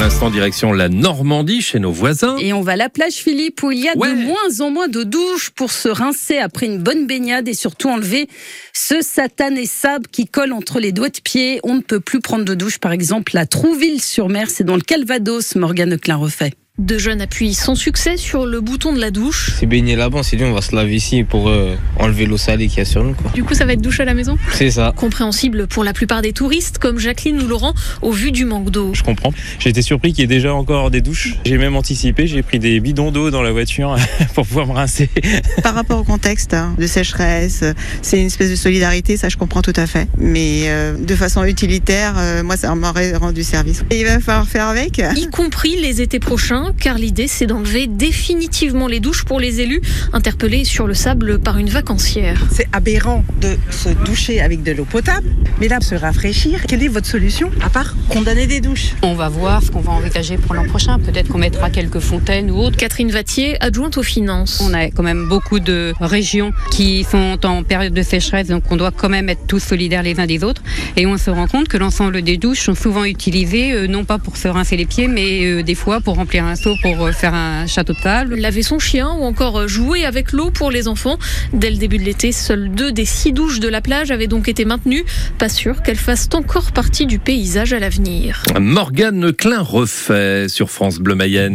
l'instant, direction la Normandie, chez nos voisins. Et on va à la plage, Philippe, où il y a Ouais. de moins en moins de douches pour se rincer après une bonne baignade et surtout enlever ce satané sable qui colle entre les doigts de pied. On ne peut plus prendre de douche, par exemple, à Trouville-sur-Mer, c'est dans le Calvados, Morgane Klein refait. Deux jeunes appuient sans succès sur le bouton de la douche. C'est baigné là-bas, on s'est dit on va se laver ici pour euh, enlever l'eau salée qu'il y a sur nous. quoi. Du coup, ça va être douche à la maison C'est ça. Compréhensible pour la plupart des touristes, comme Jacqueline ou Laurent, au vu du manque d'eau. Je comprends. J'ai été surpris qu'il y ait déjà encore des douches. J'ai même anticipé, j'ai pris des bidons d'eau dans la voiture pour pouvoir me rincer. Par rapport au contexte hein, de sécheresse, euh, c'est une espèce de solidarité, ça je comprends tout à fait. Mais euh, de façon utilitaire, euh, moi ça m'aurait rendu service. Et il va falloir faire avec. Ah. Y compris les étés prochains, car l'idée c'est d'enlever définitivement les douches pour les élus interpellés sur le sable par une vacancière. C'est aberrant de se doucher avec de l'eau potable, mais là, se rafraîchir, quelle est votre solution à part condamner des douches On va voir ce qu'on va envisager pour l'an prochain. Peut-être qu'on mettra quelques fontaines ou autres. Catherine Vattier, adjointe aux finances. On a quand même beaucoup de régions qui sont en période de sécheresse, donc on doit quand même être tous solidaires les uns des autres. Et on se rend compte que l'ensemble des douches sont souvent utilisées, euh, non pas pour se rincer les pieds, mais euh, des fois pour remplir un seau, pour euh, faire un château de table. Laver son chien ou encore jouer avec l'eau pour les enfants. Dès le début de l'été, seules deux des six douches de la plage avaient donc été maintenues. Pas sûr qu'elles fassent encore partie du paysage à l'avenir. Morgane Klein refait sur France Bleu Mayenne.